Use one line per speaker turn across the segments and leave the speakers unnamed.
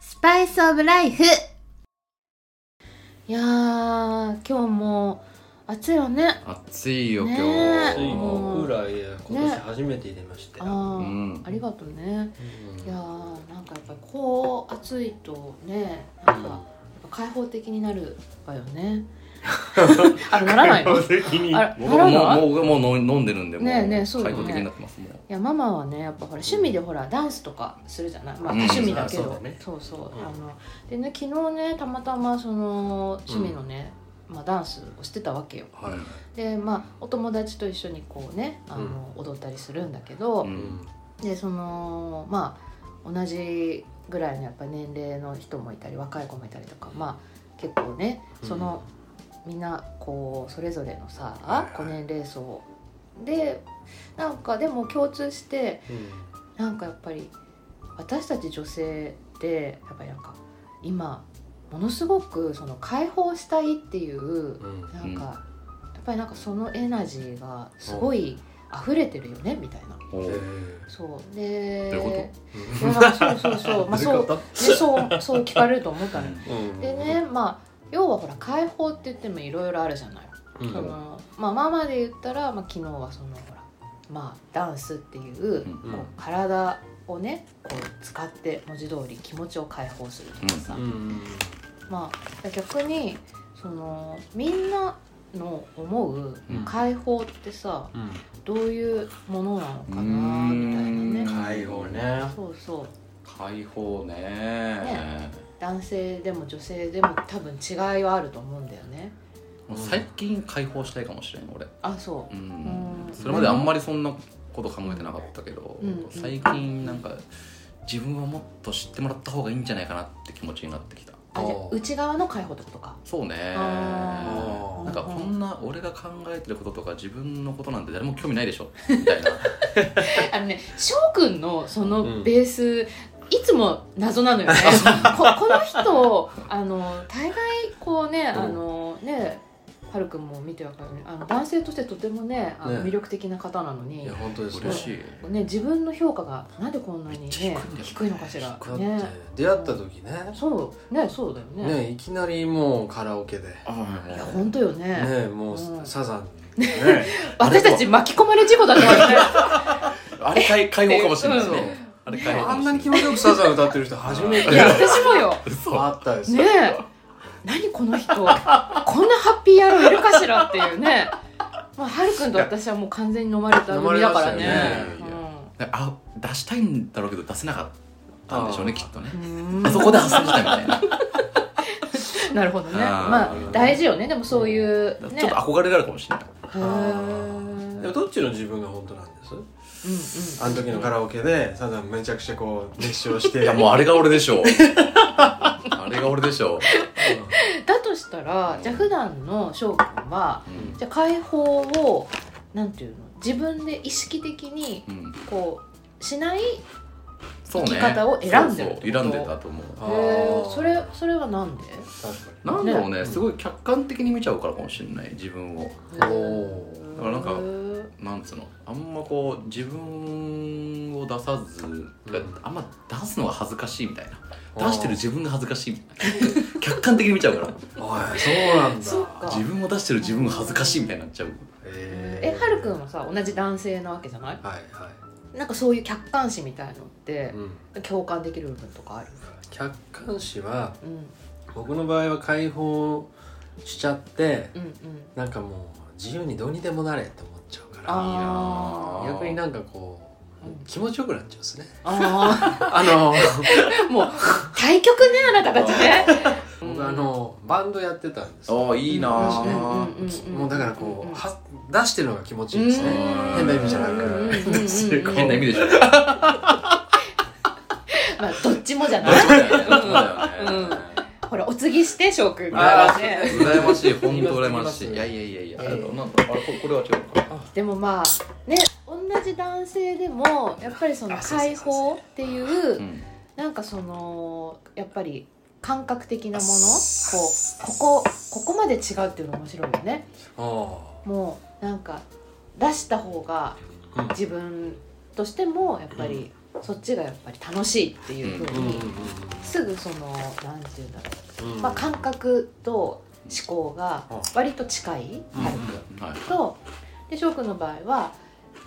スパイスオブライフいやー今日も暑いよね
暑いよ
ね
今
え
日、
ついに
も
クーラーや今年初めて入れました
あ
よ、
ー、
うん
ありがとうね
うん
いやーなんかやっぱりこう暑いとねなんかやっぱ開放的になるわよ ねあれならないのい
的に
あ
僕ももう僕ももう飲んでるんでもう
ねえねえそうだ
開
ね
放的になってますもう
やママはねやっぱほら趣味でほらダンスとかするじゃないまあ
うん
趣味だけど、
そ
そ
う
う
だね
そう
う
あの
ん
でね昨日ねたまたまその趣味のね、まあ、ダンスをしてたわけよ
はい、
でまあお友達と一緒にこうねあの、踊ったりするんだけど、
うん
でそのまあ同じぐらいのやっぱ年齢の人もいたり若い子もいたりとかまあ結構ねその、、みんなこうそれぞれのさ、
はいはい
こう年齢層でなんかでも共通して
うんうん
なんかやっぱり私たち女性ってやっぱりなんか今ものすごくその解放したいっていう
うん
なんか、やっぱりなんかそのエナジーがすごい溢れてるよねみたいな。
おう
え
そうで
どういう
いやなんかそうそうそう、まあ、そう
どういうこ
ねそうそう聞かれると思ったのよ。
ーうん
でねまあ要はほら解放って言ってもいろいろあるじゃない。
うん
そのまあママで言ったら、まあ、昨日はそのほらまあダンスっていう、
うん
こう体をねこう使って文字通り気持ちを解放するとかさ、
うん
まあ逆にそのみんなの思う
うん
解放ってさ、
う
どういうものなのかなみたいなね
うん
ん介護ね
そうそう
解放ね
ね男性でも女性でも多分違いはあると思うんだよね
もう最近解放したいかもしれん俺
あそ
うん
うん
それまであんまりそんなこと考えてなかったけど、
うん
最近なんか自分をもっと知ってもらった方がいいんじゃないかなって気持ちになってきた
うあじゃあ
おー
内側の解放ってことか
そうね
あ
ー
なんかこんな俺が考えてることとか自分のことなんて誰も興味ないでしょみた いな
あのね翔くんのその
うん
ベース、いつも謎なのよねここの人あの大概こうねあのねはるくんも見てわかるようにあの男性としてとてもねあの
ね
魅力的な方なのに、
いや本当ですね
嬉しい
ね、自分の評価がなんでこんなに、ね、
めっちゃ低いんだよね
低いのかしら
だって
ね
出会った時ね
そうねそうだよね
ねいきなりもうカラオケで
あ
いや本当よ
ねもう
うん
サザンね
私たち巻き込まれ事故だったわね
あれ 解解放かもしれないですね、
うん
あれ解放
あ
かもし
ん
れ
なに
ない
気持ちよくサザン歌ってる人初め
いや
て
私もよ
嘘
あったです
ね
よ
え何この人こんなハッピー野郎いるかしらっていうねまあはるくんと私はもう完全に飲まれた組だからね
飲まれ
ましたよねあ出したいんだろうけど出せなかったんでしょうね
あー
きっとね
うん
あそこで発散したいみたいな、
なるほどね
あー
まあ大事よねでもそういうね
ちょっと憧れがあるかもしれない
へー
でもどっちの自分が本当なんです
うんうん
あの時のカラオケでサザンめちゃくちゃこう熱唱して
いやもうあれが俺でし ょうあれが俺でしょ
だとしたらじゃあ普段の翔くんは
う、うん
じゃあ解放をなんていうの自分で意識的に
うん、
こうしない
そうね
生き方を選んでる
そう
ってこと
そう選んでたと思う
あ
へ
ー
ーそれそれはなんで
確か
なんだろう
ね
ねすごい客観的に見ちゃうからかもしれない自分を
おー
だからなんか
へー
なんつうのあんまこう自分を出さず、
ん
あんま出すのが恥ずかしいみたい
あ
な
ー
出してる自分が恥ずかしいみたいな客観的に見ちゃう から
においそうなんだ
そっか
自分を出してる自分が恥ずかしいみたいになっちゃう
え
え
はるくん
は
はさ同じ男性なわけじゃない
いは
なんかそういう客観視みたいのっ
い、
て
うん、
共感できる部分とかある
客観視は
うん
僕の場合は解放しちゃって
うんうん
なんかもう自由にどうにでもなれって思っちゃうか
あ
ら
ー
逆になんかこ
うん
う気持ちよくなっちゃうんですね
あ
あの
ー もう対局ねあなたたちね
僕あのバンドやってたんですよ
ああいいなあ、
もうだからこう
は
は出してるのが気持ちいいですね
うん
変な意味じゃな
うんうんうんうん
くこ う
変な意味でしょ
まあどっちもじゃない
うん
ほらお継ぎして翔くん
あー
ね
羨ましい本当羨ましいいやいやいやいや、
えー
あれなんだあれこれこれは違うのか
でもまあね同じ男性でもやっぱりその
あそうそう
解
そうそう
放っていう
うん
なんかそのやっぱり感覚的なものこう
あ
ここここまで違うっていうの面白いよね
あ
もうなんか出した方が
うん
自分としてもやっぱりそっちがやっぱり楽しいっていうふう
うんうん
に、すぐそのなんて言うんだろ
うんう
う、
ん
まあ、感覚と思考が割と近いタイプ
はい
とで翔くんの場合は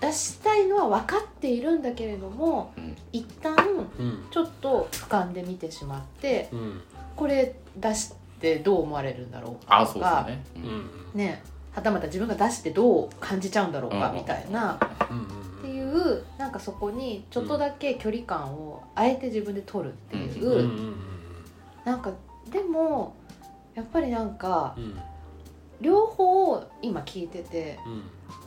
出したいのは分かっているんだけれども
うん
一旦
うん
ちょっと俯瞰で見てしまって
うん
これ出してどう思われるんだろうか
あ
と
そうで
か
すね、う
うんうん
ん
ねはたまた自分が出してどう感じちゃうんだろうか
うん
みたいな
うん
っていうなんかそこにちょっとだけ距離感をあえて自分で取るっていう、
うんうん
なんかでもやっぱりなんか
うん
両方を今聞いてて
うん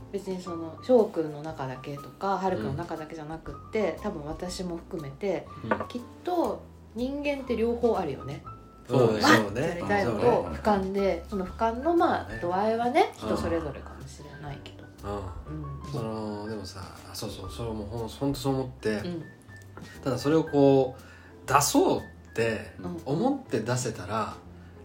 別にその翔くんの中だけとかはるくんの中だけじゃなくって、多分私も含めてきっと人間って両方あるよね。
そうね
わ
そう
っ
ね
てやりたいのと
そうね
俯瞰でその俯瞰のま
そう
あ度
ね
合いはね
うん
人それぞれかもしれないけど。
うん
うん
そのでもさあそうそうそれもほんほんとそう思って
うん
ただそれをこう出そうって
うん
思って出せたら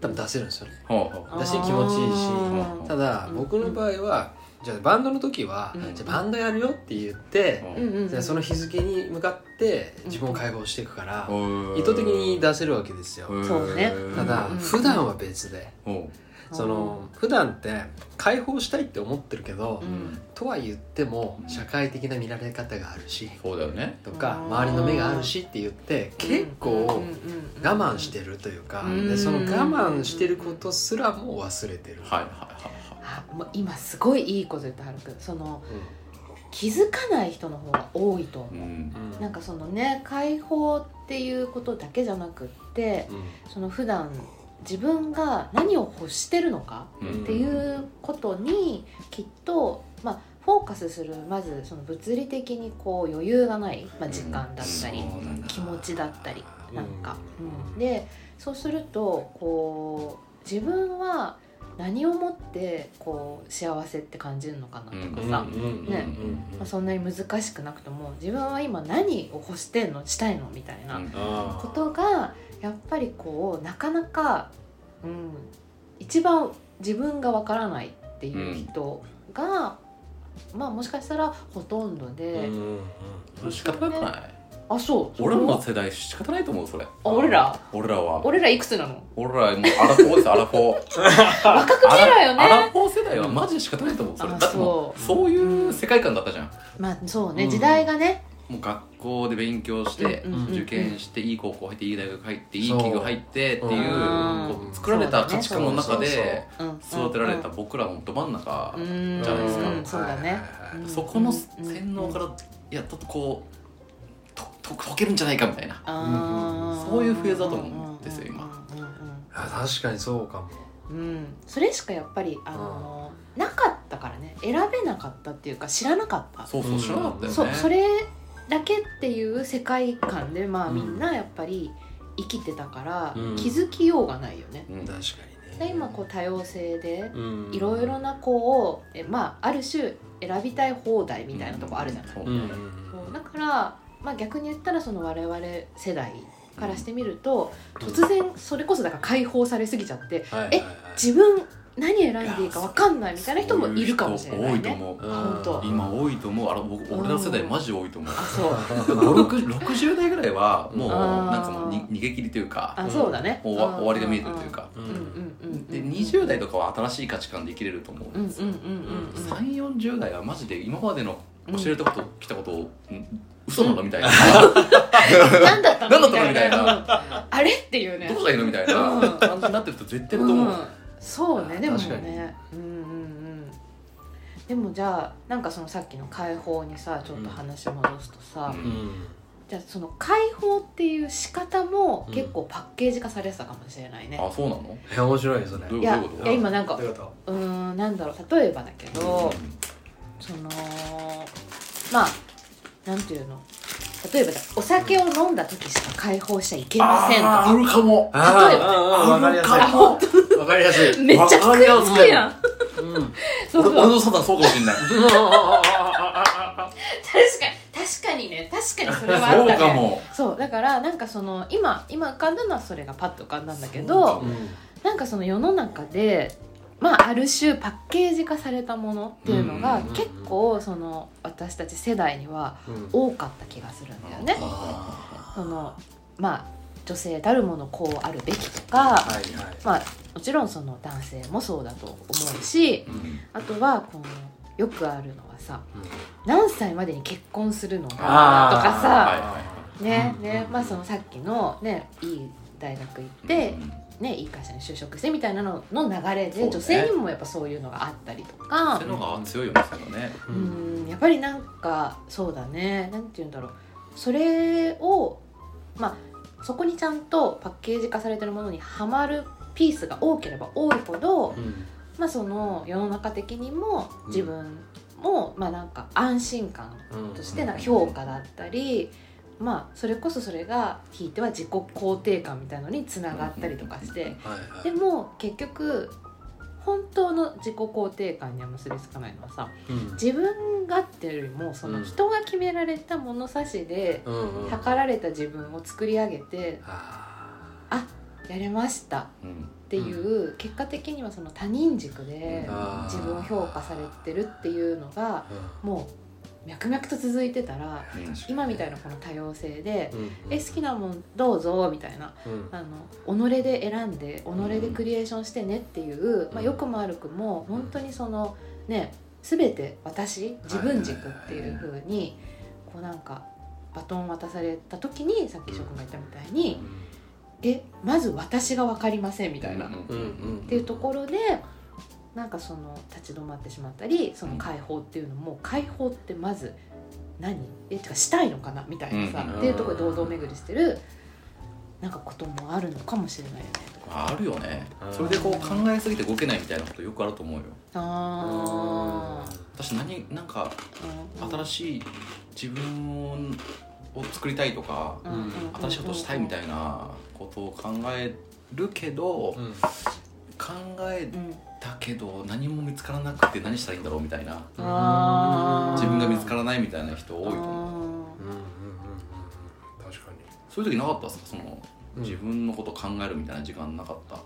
多分出せるんですよね
ほうほ
あー
だし気持ちいいし
うん
ただ
うん
僕の場合はじゃあバンドの時は
うん
じゃあバンドやるよって言って
う
うんうん
じゃあその日付に向かって自分を解放していくから
ほう
意図的に出せるわけですよ
そうね
ただ
うん
普段は別で
ほ
その普段って解放したいって思ってるけど
う、
うん
とは言っても社会的な見られ方があるし
そうだよね
とか
うん
周りの目があるしって言って結構我慢してるというか
うん
でその我慢してることすらもう忘れてる。
はいはいはいはい
あもう今すごいいいこと言ったはるくんその気づかない人の方が多いと思う
う、ん
うん
なんかそのね解放っていうことだけじゃなくってその普段自分が何を欲してるのか
うん
っていうことにきっと、まあ、フォーカスするまずその物理的にこう余裕がない、まあ、時間だったり、
うんそうだな
気持ちだったり
うん
なんか、うんでそうするとこう自分は何をもってこう幸せって感じるのかなとか
うん
さ、
うんうん
ね
うん
まあ、そんなに難しくなくとも自分は今何を欲してんのしたいのみたいな
あー
ことがやっぱりこうなかなか、うん、一番自分がわからないっていう人が、まあもしかしたらほとんど
うん
で、
うん
うん仕方なくない
あそう
俺ら
そ
の
う
世代仕方ないと思うそれ
俺ら
俺らは
俺らいくつなの
俺らもうアラフォーですアラフォー
若く見えるよ
アラ
ね
フォー世代はマジで仕方ないと思うそれ
あ
だってもうそういう世界観だったじゃん
まあそうね、
うん
時代がね
もう学校で勉強して
うんうんうんうん
受験していい高校入っていい大学入っていい企業入ってっていう
うん
こう作られた価値観の中
そうだね
で
うん
育てられた僕らもど真ん中
うん
じゃないですか
うんそうだね、うん
そこの洗脳からやっとこうとと解けるんじゃないかみたいな
あー
そういうフェーズだと思うんですよ今
うんうんうん
あ確かにそうかも
うんうんうんそれしかやっぱりあのーなかったからね選べなかったっていうか知らなかった
そうそう知らなかったよね
そそれだけっていう世界観でまあみんなやっぱり生きてたから
うん
気づきようがないよね。
うん
確かに
で
ね
今こう多様性で
うん
いろいろな子をえまあある種選びたい放題みたいなとこあるじゃない。
そう
うん
そうだから、まあ、逆に言ったらその我々世代からしてみると、突然それこそだから解放されすぎちゃって
はいはいはい
え自分何選んでいいか分かんないみたいな人もいるかもしれな
そう
いう
人多い
ね。
と思う
うん
本当
今多いと思うあら僕俺ら世代マジ多いと思う
あそう
60代ぐらいはもう
あー
なんかもうに逃げ切りというか
あそうだね。
もう終わ終わりが見えてるというか
う
うんんうんうんうん。
で20代とかは新しい価値観で生きれると思う
うんんうん
です
うん
よ
うんうん。
3 4 0代はマジで今までの
うん
教えたこと来たことをうん嘘なのみたいな
何だったの
何だったのみたい
な。あれっていうね。
どうしたらいいのみたいな感じになってる人絶対いると思う
うん、そうねでも
確かに
ねうんうんうんでもじゃあなんかそのさっきの解放にさちょっと話戻すとさ、
うん
うん
じゃあその解放っていう仕方も
うん
結構パッケージ化されてたかもしれないね、
あそうなの
いや面白いよそれ
ど
い
ういう
や
どういうこと
いや今なんか
どういうこ
うーんなんだろう例えばだけど、そのまあなんていうの例えばだお酒を飲んだ時しか解放しちゃいけませんと
あー
か
あるかも
と
例えば
あーあーわかりやす
あ本
いわかりやすい
めっちゃ食いつくやん
うんうん
そうそう
俺のサタンそうかもしれない
確かに確かにね確かにそれはあっ
そう
た
か
ね
も
そうだからなんかその今今浮かんだのはそれがパッと浮かんだんだけ
そうか
ど
も
うん
なんかその世の中でまあ、ある種パッケージ化されたものっていうのが
うんうんうん
結構その私たち世代には
うん
多かった気がするんだよね。
あ
そのまあ女性たるものこうあるべきとか、
はいはい
まあ、もちろんその男性もそうだと思うし
ーうん
あとはこのよくあるのはさ
うん
何歳までに結婚するのかとか
は
さ
い
ね
うん
ねまあそのさっきの、ね、いい大学行って、ね、いい会社に就職してみたいなのの流れ
そう
で、
ね
女性にもやっぱそういうのがあったりと
うん、
か
そういうのが強いよね最後ね
う
うん
んやっぱりなんかそうだねなんて言うんだろうそれをまあそこにちゃんとパッケージ化されてるものにはまるピースが多ければ多いほど、まあ、その世の中的にも自分も、まあなんか安心感
うん
としてなんか評価だったり、まあ、それこそそれがひいては自己肯定感みたいのにつながったりとかして
はいはい
でも結局本当の自己肯定感には結びつかないのはさ
うん
自分がっていうよりもその人が決められた物差しで
うんうん
測られた自分を作り上げて
あ
やれましたっ
うん
ていう結果的にはその他人軸で
あー
自分を評価されてるっていうのが
ー
もう脈々と続いてたら
うん
今みたいなこの多様性で「
うん
え好きなもんどうぞ」みたいな
うん
あの己で選んで己でクリエーションしてねっていう、まあ、良くも悪くも本当にそのね全て私自分軸っていう風にこうなんかバトン渡された時にさっき翔くんが言ったみたいに「えまず私が分かりません」みたいな。
う
っ
ん
うんうん
ていうところでなんかその立ち止まってしまったりその解放っていうのも解放ってまず何えてかしたいのかなみたいなさ、
うん
っていうところで堂々巡りしてるなんかこともあるのかもしれないよね。
あるよね
うん
それでこう考えすぎて動けないみたいなことよくあると思うよ
あ
私何なんか
ー
新しい自分を作りたいとか
うんうんうん
新しいことしたいみたいなことを考えるけど
うん
考え
うん
たけど何も見つからなくて何したらいいんだろうみたいな
あー
自分が見つからないみたいな人多いと思う
あ
うんうんうんうん確か
そういう時なかったですかその
に
自分のこと考えるみたいな時間なかった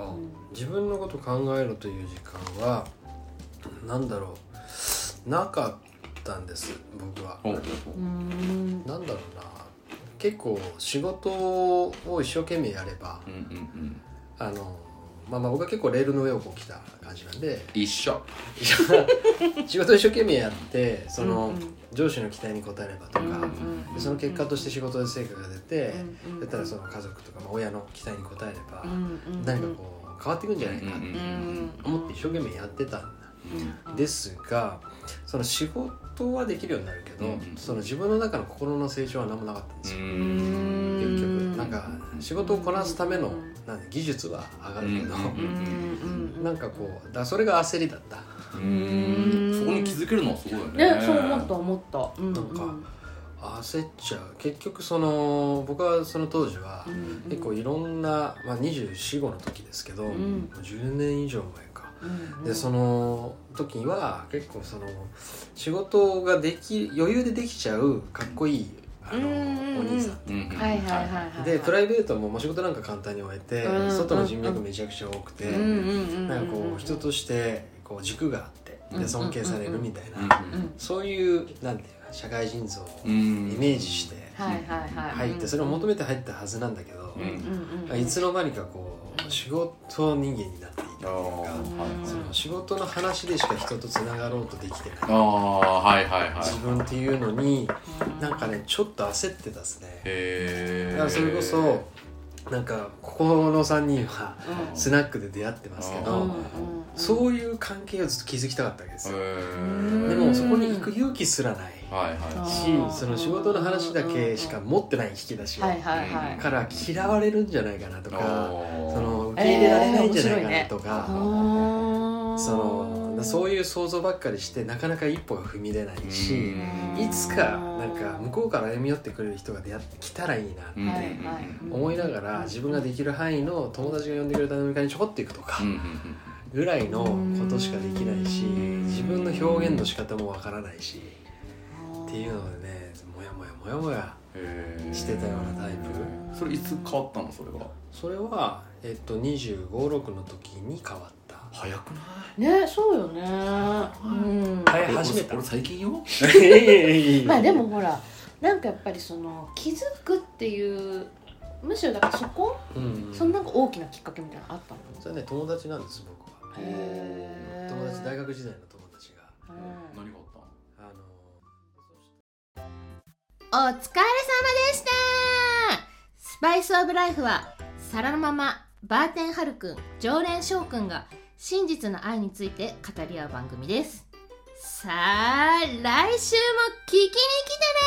あ
うん
自分のこと考えるという時間はなんだろうなかったんです僕は
おう
ーうーん
なんだろうな結構仕事を一生懸命やれば
うんうんうん
あのまあまあ僕は結構レールの上をこう来た感じなんで
一緒
仕事を一生懸命やってその、
うん
上司の期待に応えればとか、
うんうんうん
でその結果として仕事で成果が出て、
うんうん
だったらその家族とか、まあ、親の期待に応えれば、
うんうん
何かこう変わっていくんじゃないかな
うん
う
うん
うん
と思って一生懸命やってたん
うん
ですがその仕事はできるようになるけど、
うんうん
その自分の中の心の成長は何もなかったんですよ、
うー
うん
結局
ん
なんか仕事をこなすための
うん
なんか技術は上がるけど、
うんうんうん
なんかこうだからそれが焦りだった
うんそこに気づけるのはすごいよね
ねそう思った思ったうん
なんか焦っちゃう結局その僕はその当時は、
うん
結構いろんな、まあ、24五の時ですけど、
ん
もう10年以上前か、
うん
でその時は結構その仕事ができ余裕でできちゃうかっこいいあの、
うんうんうん
お兄さん
うんうん
はいはいはいはい
でプライベートももう仕事なんか簡単に終えて、
うん
外の人脈めちゃくちゃ多くて、
う
なんかこう人としてこう軸があって
うん
で尊敬されるみたいな、そういうなんていうか社会人像を
う
イ
ん
メージして
はいはいはい
入ってそれを求めて入ったはずなんだけど、
うん
め
いつの間にかこ
うん
う仕事人間になっていたってい
あー
うか
はい
うん
その仕事の話でしか人とつながろうとできてない
ああはいはいはい
自分っていうのになんかねちょっと焦ってたですね
へえ
だからそれこそなんかここの3人はスナックで出会ってますけ
うん
どそういう関係をずっと築きたかったわけですよ
うん
で
でもそこに行く勇気すらない
はいは
し
うん
その仕事の話だけしか持ってない引き出しを
はいはいはい
から嫌われるんじゃないかなと
い
か
おー
その受け入れられないんじゃないかなとか、そのそう
い
いう想像ばっかりしてなかなか一歩が踏み出ないし、
うん
いつかなんか向こうから歩み寄ってくれる人が出会ってきたらいいなっ
う
て
ん
はいはい
思いなが
うん
ら自分ができる範囲の友達が呼んでくれた飲み会にちょこっと行くとか
うんうんうん
ぐらいのことしかできないし
うん
自分の表現の仕方もわからないしっていうのでねもやもやもやもや
へー
してたようなタイプ
それいつ変わったのそれは
それは、えっと、2 5 6の時に変わった
早くない
ねそうよねうん
早い始めた
俺俺最近よ
いやいやいやいや
まあでもほらなんかやっぱりその気づくっていうむしろだからそこ、
うん
そのなんか大きなきっかけみたいなのあったの
それね友達なんです僕は
へー
友達大学時代の友達が
うん
何があったの
あ
お
の
疲れ様でしたスパイスオブライフは皿のままバーテンハルくん常連翔くんが真実の愛について語り合う番組ですさあ来週も聞きに来てね